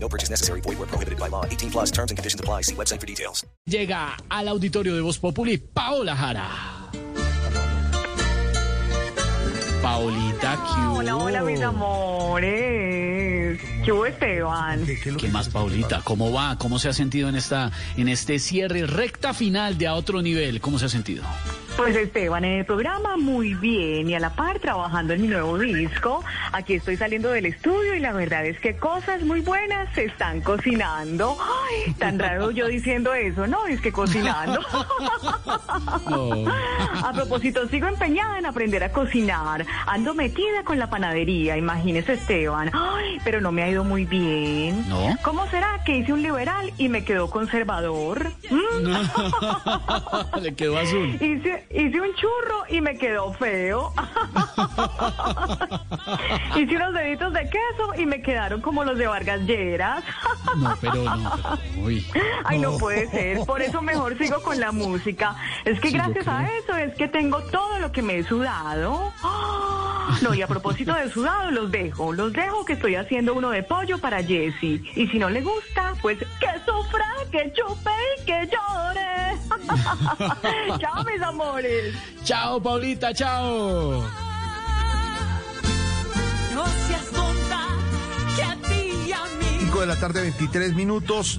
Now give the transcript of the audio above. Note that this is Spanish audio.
No purchase necessary. Void where prohibited by law. 18 plus terms and conditions apply. See website for details. Llega al auditorio de Voz Populi Paola Jara. Paolita Q. Hola, hola, mis Oh. amores. ¿Qué hubo, Esteban? ¿Qué más, Paulita? ¿Cómo va? ¿Cómo se ha sentido en esta, en este cierre recta final de a otro nivel? ¿Cómo se ha sentido? Pues Esteban, en el programa muy bien y a la par trabajando en mi nuevo disco. Aquí estoy saliendo del estudio y la verdad es que cosas muy buenas se están cocinando. Ay, tan raro yo diciendo eso, ¿no? Es que cocinando. No. A propósito, sigo empeñada en aprender a cocinar. Ando metida con la panadería, imagínese Esteban. Ay, pero no me ha ido muy bien. ¿No? ¿Cómo será que hice un liberal y me quedó conservador? ¿Mm? Le quedó azul. Hice, hice un churro y me quedó feo. hice unos deditos de queso y me quedaron como los de Vargas Lleras. No, pero no. pero- uy. Ay, no puede ser. Por eso mejor sigo con la música. Es que Sí, yo gracias a eso es que tengo todo lo que me he sudado. ¡Ah! No, y a propósito de sudado, los dejo. Los dejo que estoy haciendo uno de pollo para Jessy. Y si no le gusta, pues que sufra, que chupe y que llore. Chao, mis amores. Chao, Paulita, chao. No seas tonta, que a ti y a mí 5 de la tarde, 23 minutos.